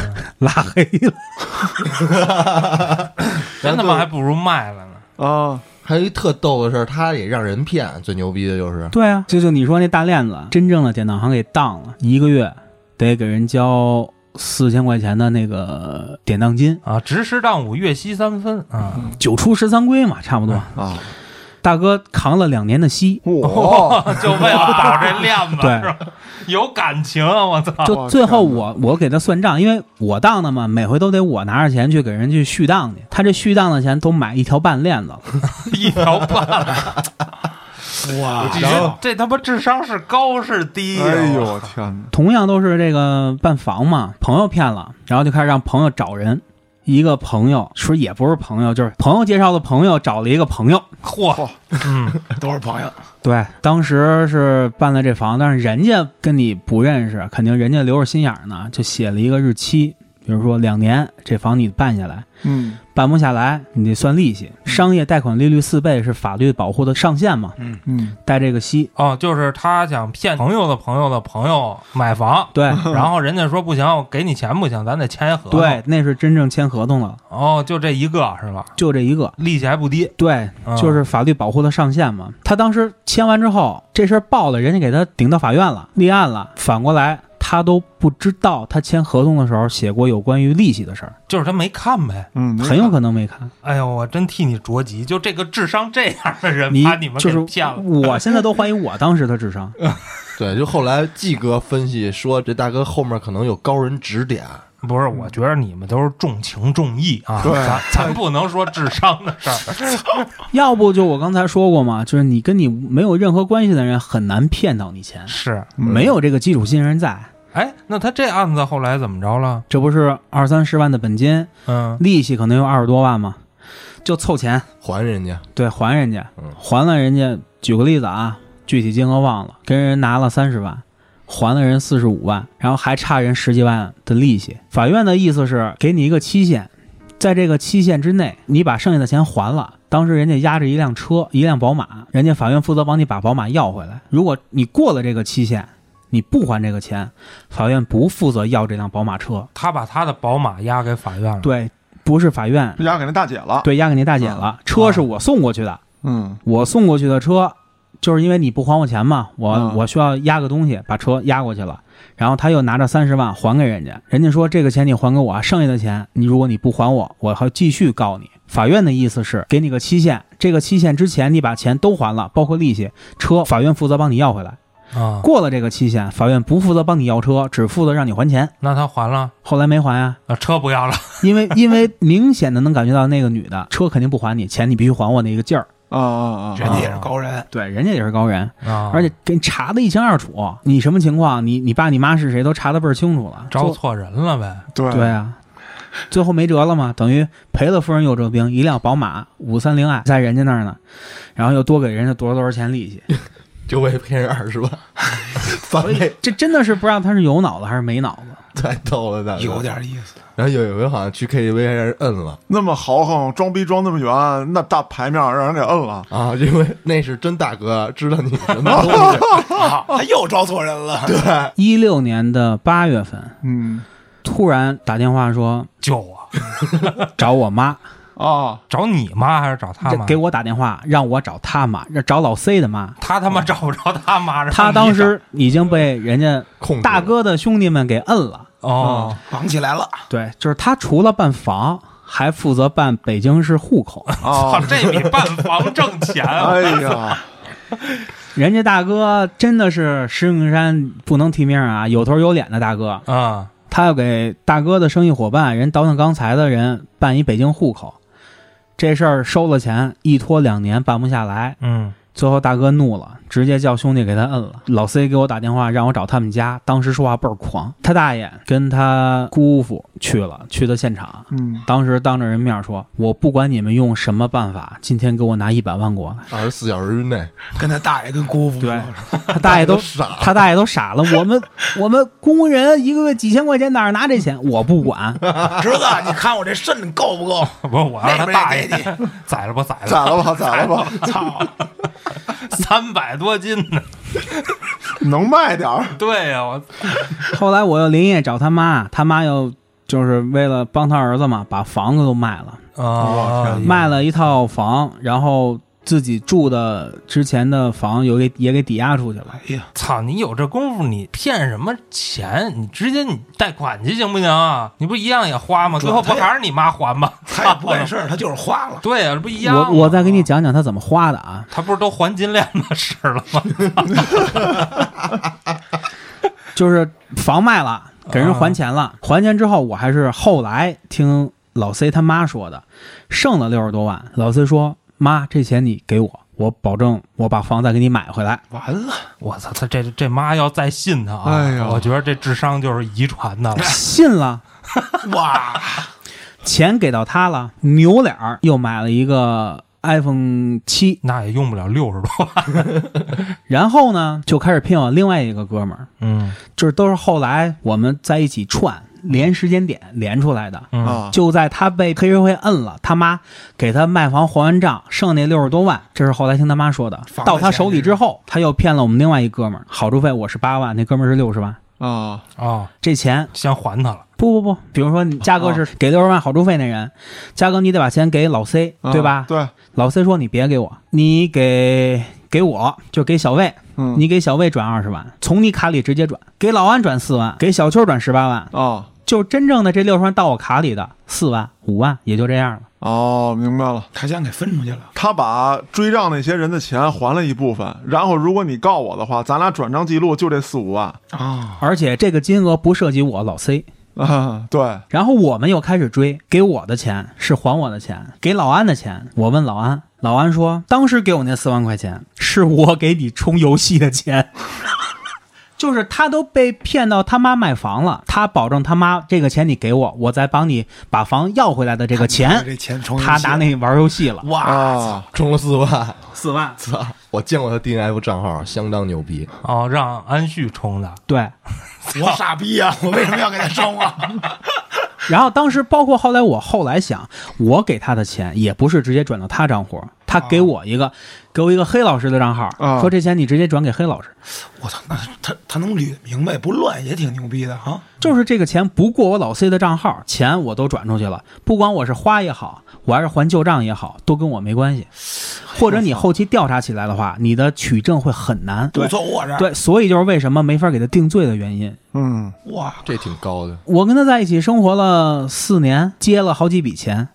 拉黑了。真他妈还不如卖了呢！啊，还有一特逗的事儿，他也让人骗，最牛逼的就是对啊，就就你说那大链子，真正的典当行给当了，一个月得给人交四千块钱的那个典当金，啊，直食当午，月息三分啊！九出十三归嘛，差不多。啊，大哥扛了两年的息， 哇， 就为了打这链子，对是吧？有感情啊！我操，就最后我我给他算账，因为我当的嘛，每回都得我拿着钱去给人去续当去，他这续当的钱都买一条半链子了，一条半，哇这这这他妈智商是高是低呀？哎呦我天哪！同样都是这个办房嘛，朋友骗了，然后就开始让朋友找人。一个朋友说也不是朋友，就是朋友介绍的朋友找了一个朋友。嚯，嗯， 都是朋友， 对，当时是办了这房，但是人家跟你不认识，肯定人家留着心眼儿呢，就写了一个日期，比如说两年，这房你办下来，嗯，办不下来你得算利息。商业贷款利率四倍是法律保护的上限嘛，嗯，嗯，带这个息。哦，就是他想骗朋友的朋友的朋友买房，对 然后人家说不行，我给你钱不行，咱得签一合同。嗯对，，那是真正签合同了，哦，就这一个是吧？就这一个。利息还不低，对，嗯就是法律保护的上限嘛。他当时签完之后，这事儿报了，人家给他顶到法院了，立案了。反过来，他都不知道他签合同的时候写过有关于利息的事儿，就是他没看呗。嗯，很有可能没看。哎呦，我真替你着急，就这个智商这样的人你把你们就给是骗了。我现在都怀疑我当时的 智商。对，就后来季哥分析说，这大哥后面可能有高人指点，不是，我觉得你们都是重情重义啊，对咱咱不能说智商的事儿。 要不就我刚才说过嘛，就是你跟你没有任何关系的人很难骗到 你钱，是，没有这个基础信任在。哎，那他这案子后来怎么着了？这不是二三十万的本金，嗯，利息可能有二十多万嘛，就凑钱，还人家。对，还人家嗯，还了人家。举个例子啊，具体金额忘了，跟人拿了三十万，还了人四十五万，然后还差人十几万的利息。法院的意思是给你一个期限，在这个期限之内，你把剩下的钱还了。当时人家押着一辆车，一辆宝马，人家法院负责帮你把宝马要回来。如果你过了这个期限，你不还这个钱，法院不负责要这辆宝马车。他把他的宝马押给法院了。对，不是法院，压给那大姐了。对，押给你大姐了。车是我送过去的，嗯，我送过去的车，就是因为你不还我钱嘛，我、嗯我需要押个东西，把车押过去了，然后他又拿着三十万还给人家，人家说这个钱你还给我啊，剩下的钱你如果你不还我，我还继续告你。法院的意思是给你个期限，这个期限之前你把钱都还了，包括利息、车，法院负责帮你要回来。啊，过了这个期限，法院不负责帮你要车，只负责让你还钱。那他还了，后来没还呀、啊车不 要了。因为因为明显的能感觉到那个女的车肯定不还你钱，你必须还我那个劲儿。啊啊啊人家也是高人，对，人家也是高人，啊，而且给你查的一清二楚，你什么情况，你你爸你妈是谁都查的倍儿清楚了。招最后错人了呗。对对啊，最后没辙了嘛，等于赔了夫人又折兵，一辆宝马五三零 i 在人家那儿呢，然后又多给人家多少多少钱利息，就为骗人二十万，翻倍这真的是不知道他是有脑子还是没脑子。太逗了，大哥。有。点意思。然后有有人好像去 KTV 让人摁了那么豪横，装逼装那么远，那大牌面让人给摁了。啊，因为那是真大哥知道你什么东西。啊，他又招错人了。对，一六年的八月份，嗯突然打电话 说救我！找我妈，啊，找你妈还是找他妈？给我打电话让我找他妈，让找老 C 的妈。他他妈找不着他妈，然后他你当时已经被人家控制大哥的兄弟们给摁了。找哦，绑起来了，对，就是他除了办房，还负责办北京市户口。操，啊，这比办房挣 钱啊！哎呀，人家大哥真的是石景山不能提名啊，有头有脸的大哥。啊，他要给大哥的生意伙伴人倒腾钢材的人办一北京户口，这事儿收了钱，一拖两年办不下来，嗯，最后大哥怒了，直接叫兄弟给他摁了。老 C 给我打电话让我找他们家，当时说话倍儿狂。他大爷跟他姑父去了，去的现场，嗯，当时当着人面说：“我不管你们用什么办法，今天给我拿一百万过来。二十四小时之内，跟他大爷跟姑父对说” 他大爷都傻，他大爷都傻了。我们 我们工人一个月几千块钱，哪儿拿这钱？我不管。侄子，你看我这肾够不够？不是我让他大爷那边也你宰了吧，宰宰了了吧，宰了吧，操，吧，三百多斤呢。 能卖点儿。对呀，我后来我又连夜找他妈，他妈又就是为了帮他儿子嘛，把房子都卖了，啊，卖了一套房，然后自己住的之前的房有给也给抵押出去了。哎呀，操，你有这功夫，你骗什么钱？你直接你贷款去行不行啊？你不一样也花吗？主最要后不他也还是你妈还吗？他也不碍事儿，他就是花了。对呀、这不一样吗。我我再给你讲讲他怎么花的啊。他不是都还金链子使了吗？就是房卖了，给人还钱了，还钱之后，我还是后来听老 C 他妈说的，剩了六十多万。老 C 说：“妈，这钱你给我，我保证我把房再给你买回来。完了，我操，他这这妈要再信他啊，哎呀我觉得这智商就是遗传的 了”。信了，哇，钱给到他了，扭脸儿又买了一个 iPhone 七，那也用不了六十多万，然后呢就开始骗我另外一个哥们儿， 嗯就是都是后来我们在一起串连时间点连出来的。嗯啊，就在他被黑社会摁了，他妈给他卖房还完账，剩那六十多万，这是后来听他妈说的房子。到他手里之后，他又骗了我们另外一哥们儿，好处费我是八万，那哥们儿是六十万。啊，哦，这钱先还他了，不不不，比如说你嘉哥是给六十万好处费那人，嘉哥你得把钱给老 C 啊对吧？对，老 C 说你别给我，你给给我就给小魏，嗯，你给小魏转二十万，从你卡里直接转，给老安转四万，给小秋转十八万，啊，就真正的这六十万到我卡里的四万五万也就这样了。哦，明白了。他先给分出去了。他把追账那些人的钱还了一部分，然后如果你告我的话，咱俩转账记录就这四五万 啊，而且这个金额不涉及我老 C。啊，对，然后我们又开始追，给我的钱是还我的钱，给老安的钱，我问老安，老安说当时给我那四万块钱是我给你充游戏的钱， 就是他都被骗到他妈卖房了，他保证他妈这个钱你给我，我再帮你把房要回来的这他个钱，这钱从他拿那玩游戏了，啊，充了四万，四万，操！我见过他 DNF 账号，相当牛逼。哦，让安旭充的，对。我傻逼呀、我为什么要给他收啊？然后当时包括后来我后来想，我给他的钱也不是直接转到他账户，他给我一个，给我一个黑老师的账号，啊说这钱你直接转给黑老师，我操，那他他能捋明白不乱也挺牛逼的啊！就是这个钱不过我老 C 的账号，钱我都转出去了，不管我是花也好，我还是还旧账也好，都跟我没关系。或者你后期调查起来的话，你的取证会很难。都坐我这儿，对，所以就是为什么没法给他定罪的原因。嗯，哇，这挺高的，我跟他在一起生活了四年，接了好几笔钱，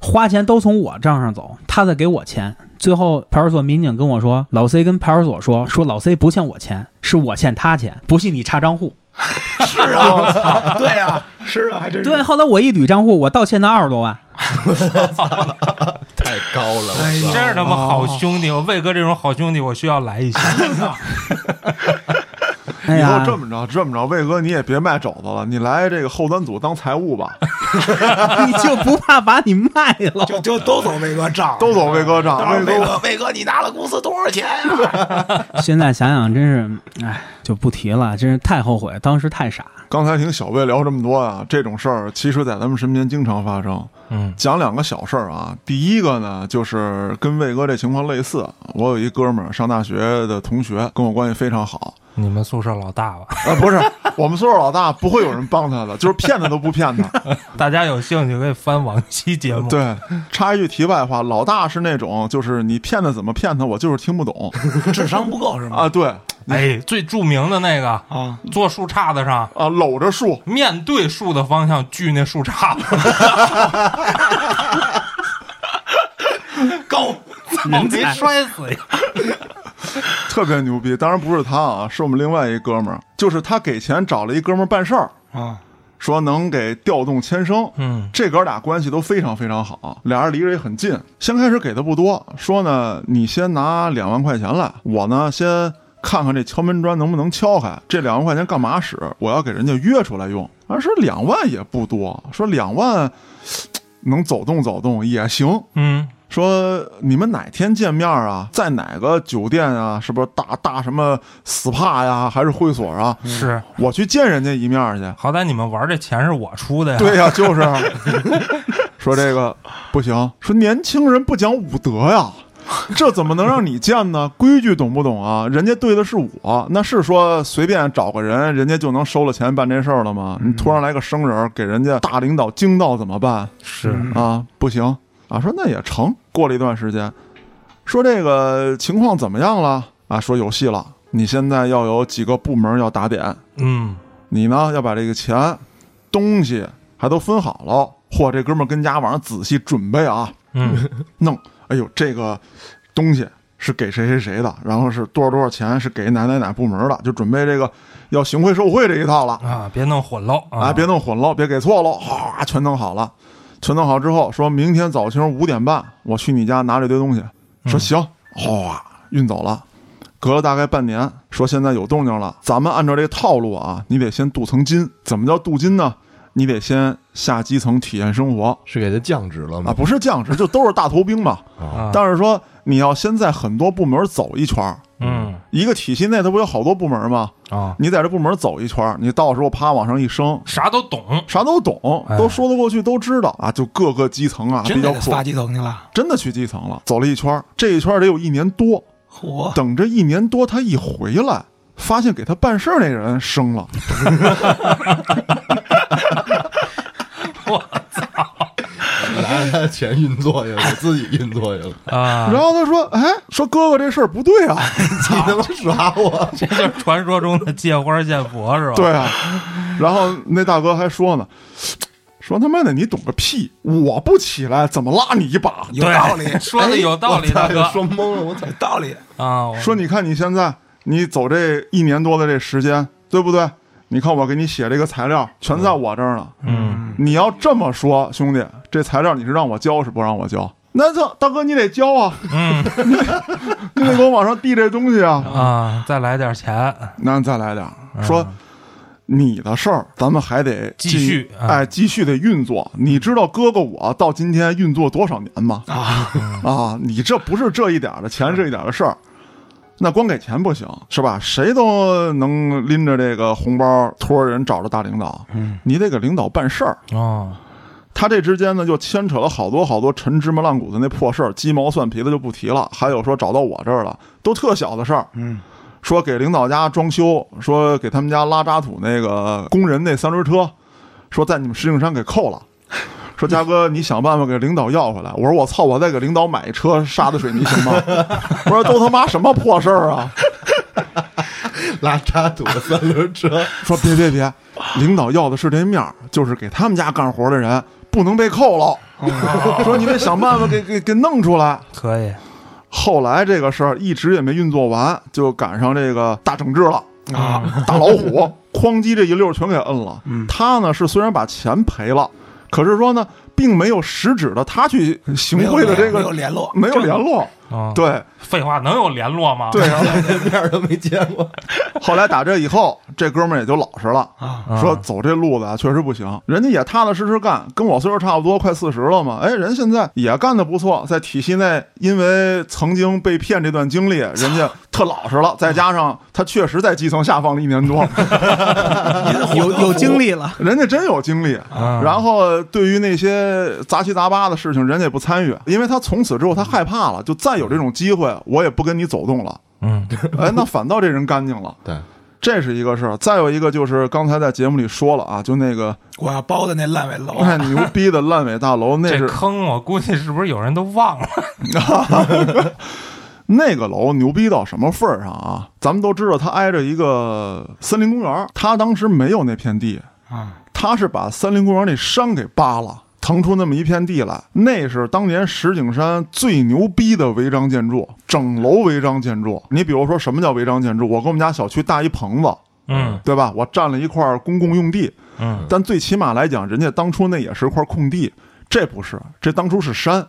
花钱都从我账上走，他在给我钱。最后派出所民警跟我说，老 C 跟派出所说，说老 C 不欠我钱，是我欠他钱，不信你查账户。是啊，我操对呀、是啊，还真是。对，后来我一捋账户，我倒欠他二十多万。太高了，哎我操！呀真是他妈好哦兄弟！我魏哥这种好兄弟，我需要 来一些。哎以后呀，这么着，这么着，魏哥你也别卖肘子了，你来这个后端组当财务吧， 你就不怕把你卖了？就就都走魏哥账，都走魏哥账到时魏候魏啊哥哥，魏哥，你拿了公司多少钱啊呀、现在想想真是，哎，就不提了，真是太后悔，当时太傻。刚才听小魏聊这么多啊，这种事儿其实，在咱们身边经常发生。嗯，讲两个小事儿啊。第一个呢，就是跟魏哥这情况类似。我有一哥们儿，上大学的同学，跟我关系非常好。 你们宿舍老大吧？啊、不是，我们宿舍老大不会有人帮他的，就是骗他都不骗他。大家有兴趣可以翻往期节目。，对，插一句题外话，老大是那种，就是你骗他怎么骗他，我就是听不懂智商不够是吗？啊。对，哎，最著名的那个，啊，坐树杈子上，啊，搂着树，面对树的方向锯那树杈子， 够，人没摔死呀！特别牛逼。当然不是他啊，是我们另外一哥们儿，就是他给钱找了一哥们儿办事儿。啊，说能给调动签生，嗯，这哥俩关系都非常非常好，俩人离着也很近。先开始给的不多，说呢，你先拿两万块钱来，我呢先看看这敲门砖能不能敲开。这两万块钱干嘛使？我要给人家约出来用。啊，说两万也不多，说两万能走动走动也行。嗯，说你们哪天见面啊？在哪个酒店啊？是不是大大什么 SPA 呀，还是会所啊？是，我去见人家一面去。好歹你们玩这钱是我出 的呀。对呀、就是啊 说这个不行，说年轻人不讲武德呀，这怎么能让你见呢？规矩懂不懂啊？人家对的是我，那是说随便找个人，人家就能收了钱办这事儿了吗？你突然来个生人，给人家大领导惊到怎么办是，嗯啊？不行啊！说那也成。过了一段时间，说这个情况怎么样了啊？说有戏了，你现在要有几个部门要打点，嗯，你呢要把这个钱、东西还都分好了。嚯，这哥们儿跟家晚上仔细准备啊，嗯，弄，哎呦，这个东西是给谁谁谁的，然后是多少多少钱是给哪哪哪部门的，就准备这个要行贿受贿这一套了。啊，别弄混喽哎，啊，别弄混了，别给错了，哗，全弄好了。全弄好之后，说明天早清五点半，我去你家拿这堆东西。嗯说行，哗，运走了。隔了大概半年，说现在有动静了，咱们按照这套路啊，你得先镀层金。怎么叫镀金呢？你得先下基层体验生活是给他降职了啊，吗？不是降职，就都是大头兵嘛。 啊，但是说你要先在很多部门走一圈儿，嗯一个体系内它不有好多部门吗？啊，你在这部门走一圈儿，你到时候啪往上一升，啥都懂，啥都懂，哎都说得过去，都知道啊，就各个基层啊比真较给苦，发基层去了，真的去基层了，走了一圈儿，这一圈儿得有一年多，嚯！等这一年多他一回来，发现给他办事儿那人升了，拿他钱运作去了，给自己运作去了，啊然，后他 说，哎，说哥哥这事儿不对啊，你他妈耍我！这就是传说中的借花献佛是吧？对啊，然后那大哥还说呢。说他妈的，你懂个屁！我不起来，怎么拉你一把？有道 理，哎说的有道理，我操大哥说懵了，我操！有道理。啊，我说你看你现在你走这一年多的这时间，对不对？你看我给你写这个材料，全在我这儿呢。嗯你要这么说，兄弟，这材料你是让我交是不让我交？那这大哥你得交啊，嗯 你得给我往上递这东西啊。啊，再来点钱，那再来点儿，说你的事儿，咱们还得嗯继进续啊哎，继续得运作。你知道哥哥我到今天运作多少年吗？啊，啊，你这不是这一点儿的钱，这一点儿的事儿，那光给钱不行，是吧？谁都能拎着这个红包托人找着大领导，嗯，你得给领导办事儿。哦，他这之间呢，就牵扯了好多好多陈芝麻烂谷子那破事儿，鸡毛蒜皮的就不提了。还有说找到我这儿了，都特小的事儿，嗯，说给领导家装修，说给他们家拉渣土那个工人那三轮车，说在你们石景山给扣了。 说嘉哥，你想办法给领导要回来。我说我操，我再给领导买一车沙子水泥行吗？ 我说都他妈什么破事儿啊！拉渣土的三轮车，说别别别，领导要的是这面儿，就是给他们家干活的人不能被扣了。哦 说你得想办法给给给弄出来。可以，后来这个事儿一直也没运作完，就赶上这个大整治了啊，嗯大老虎哐叽这一溜儿全给摁了。他呢是虽然把钱赔了，可是说呢，并没有实质的他去行没有贿的这没有哦个联络，没有联络。啊，，对废话能有联络吗？对，，然后连面儿都没见过。 后来打这以后，这哥们儿也就老实了。啊，说走这路子啊，确实不行。人家也踏踏实实干，跟我岁数差不多，快四十了嘛。哎，人现在也干得不错，在体系内，因为曾经被骗这段 经历，人家特老实了。再加上他确实在基层下放了一年 多， 有有经历了，人家真有经历。啊然后对于那些杂七杂八的事情，人家也不参与，因为他从此之后他害怕了，就再有这种机会，我也不跟你走动了。嗯哎，那反倒这人干净了。 对，这是一个事儿，再有一个就是刚才在节目里说了啊，就那个我要包的那烂尾楼，太牛逼的烂尾大楼，那这是坑我估计是不是有人都忘了？ 那个楼牛逼到什么份儿上啊？咱们都知道，它挨着一个森林公园，它当时没有那片地，啊，它是把森林公园那山给扒了。腾出那么一片地来，那是当年石景山最牛逼的违章建筑，整楼违章建筑。你比如说，什么叫违章建筑？我跟我们家小区搭一棚子，嗯对吧？我占了一块儿公共用地，嗯，。但最起码来讲，人家当初那也是块空地，这不是，这当初是山，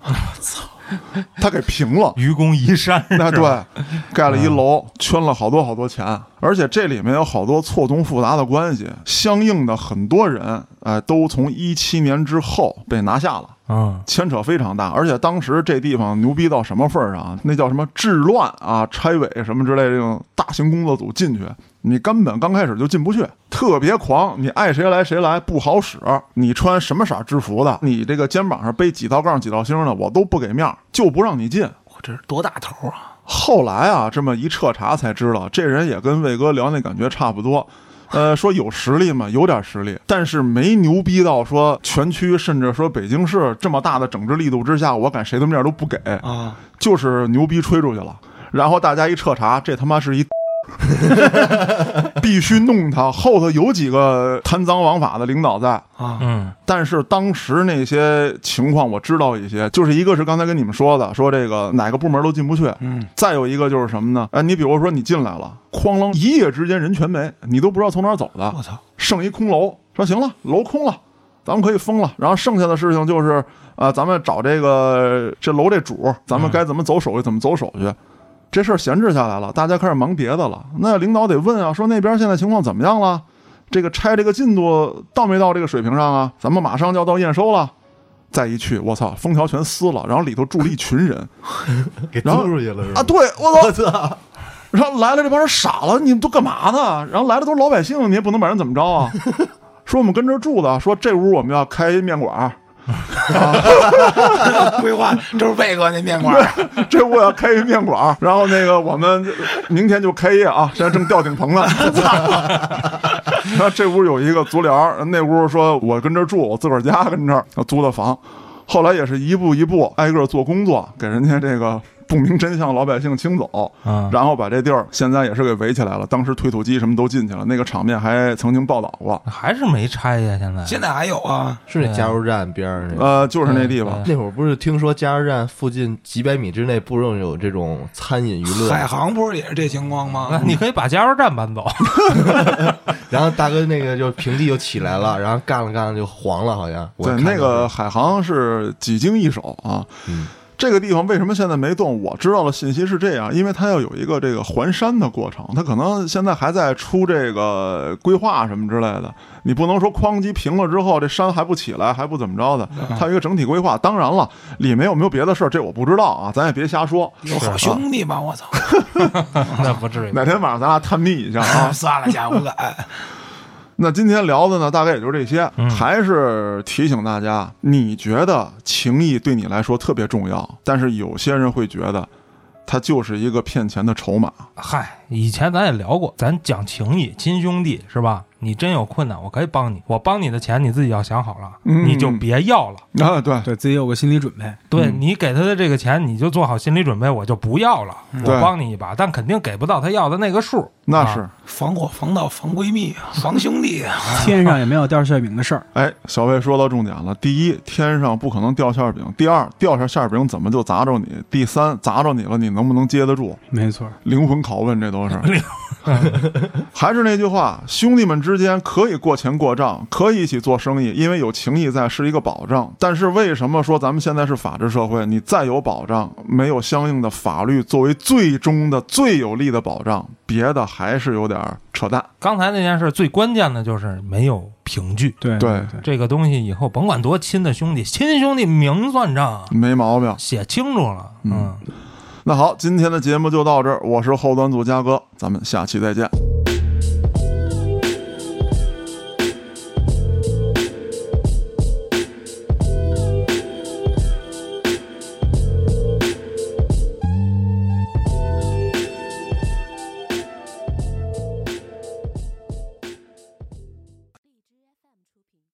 他给平了愚公移山， 那对，盖了一楼，圈了好多好多钱，而且这里面有好多错综复杂的关系，相应的很多人，哎、都从一七年之后被拿下了。嗯牵扯非常大，而且当时这地方牛逼到什么份儿上啊？那叫什么治乱啊、拆委什么之类这种大型工作组进去，你根本刚开始就进不去，特别狂，你爱谁来谁来，不好使。你穿什么色儿制服的，你这个肩膀上背几道杠、几道星的，我都不给面儿，就不让你进。我这是多大头啊！后来啊，这么一彻查才知道，这人也跟魏哥聊那感觉差不多。呃，说有实力嘛，有点实力，但是没牛逼到说全区甚至说北京市这么大的整治力度之下，我敢谁的面都不给，啊，就是牛逼吹出去了。然后大家一彻查，这他妈是一，必须弄他。后头有几个贪赃枉法的领导在，啊嗯但是当时那些情况我知道一些，就是一个是刚才跟你们说的，说这个哪个部门都进不去，嗯，再有一个就是什么呢？哎，你比如说你进来了，哐啷一夜之间人全没，你都不知道从哪儿走的我，操， 剩一空楼，说行了，楼空了，咱们可以封了。然后剩下的事情就是啊、咱们找这个这楼这主，咱们该怎么走手续怎么走手续。这事儿闲置下来了，大家开始忙别的了。那领导得问啊，说那边现在情况怎么样了？这个拆这个进度到没到这个水平上啊？咱们马上就要到验收了。再一去，我操，封条全撕了，然后里头住了一群人给然后租出去了是吧？啊！对，我操， 我操！然后来了这帮人傻了，你们都干嘛呢？然后来的都是老百姓，你也不能把人怎么着啊？说我们跟这儿住的，说这屋我们要开一面馆儿，规划就是魏哥那面馆儿， 这屋我要开一面馆儿，然后那个我们明天就开业啊，现在正吊顶棚呢。 然后这屋有一个足疗儿，那屋说我跟这儿住，我自个儿家跟这儿租的房。后来也是一步一步挨个做工作，给人家这个不明真相老百姓清走。啊然后把这地儿现在也是给围起来了，当时推土机什么都进去了，那个场面还曾经报道过。还是没拆呀，现在现在还有啊，是那加油站边儿那个。呃，就是那地方嗯， 那会儿不是听说加油站附近几百米之内不能有这种餐饮娱乐，海航不是也是这情况那吗？你可以把加油站搬走， 然后大哥那个就平地就起来了，然后干了干了就黄了，好像。我对，看到那个海航是几经易手啊。嗯这个地方为什么现在没动？我知道的信息是这样，因为它要有一个这个环山的过程，它可能现在还在出这个规划什么之类的。你不能说哐叽平了之后，这山还不起来，还不怎么着的。嗯它有一个整体规划。当然了，里面有没有别的事儿，这我不知道啊，咱也别瞎 说。有好兄弟吗？我操，！那不至于。哪天晚上咱俩探秘一下啊算了，哎下不敢。那今天聊的呢，大概也就这些。还是提醒大家，你觉得情谊对你来说特别重要，但是有些人会觉得，它就是一个骗钱的筹码。嗨，以前咱也聊过，咱讲情义，亲兄弟是吧？你真有困难，我可以帮你，我帮你的钱你自己要想好了，嗯你就别要了。啊，对对自己有个心理准备。对嗯你给他的这个钱，你就做好心理准备，我就不要了，嗯对我帮你一把，但肯定给不到他要的那个数。 那啊是。防火防盗防闺蜜啊，防兄弟啊，天上也没有掉馅饼的事儿。哎，小魏说到重点了：第一，天上不可能掉馅儿饼；第二，掉下馅儿饼怎么就砸着你；第三，砸着你了，你能不能接得住？没错，灵魂拷问，这都是。还是那句话，兄弟们之间可以过钱过账，可以一起做生意，因为有情谊在是一个保障。但是为什么说咱们现在是法治社会？你再有保障，没有相应的法律作为最终的最有力的保障，别的还是有点儿扯淡。刚才那件事最关键的就是没有凭据，对对对，这个东西以后甭管多亲的兄弟，亲兄弟明算账啊，没毛病。写清楚了。嗯那好，今天的节目就到这儿，我是后端组嘉哥，咱们下期再见。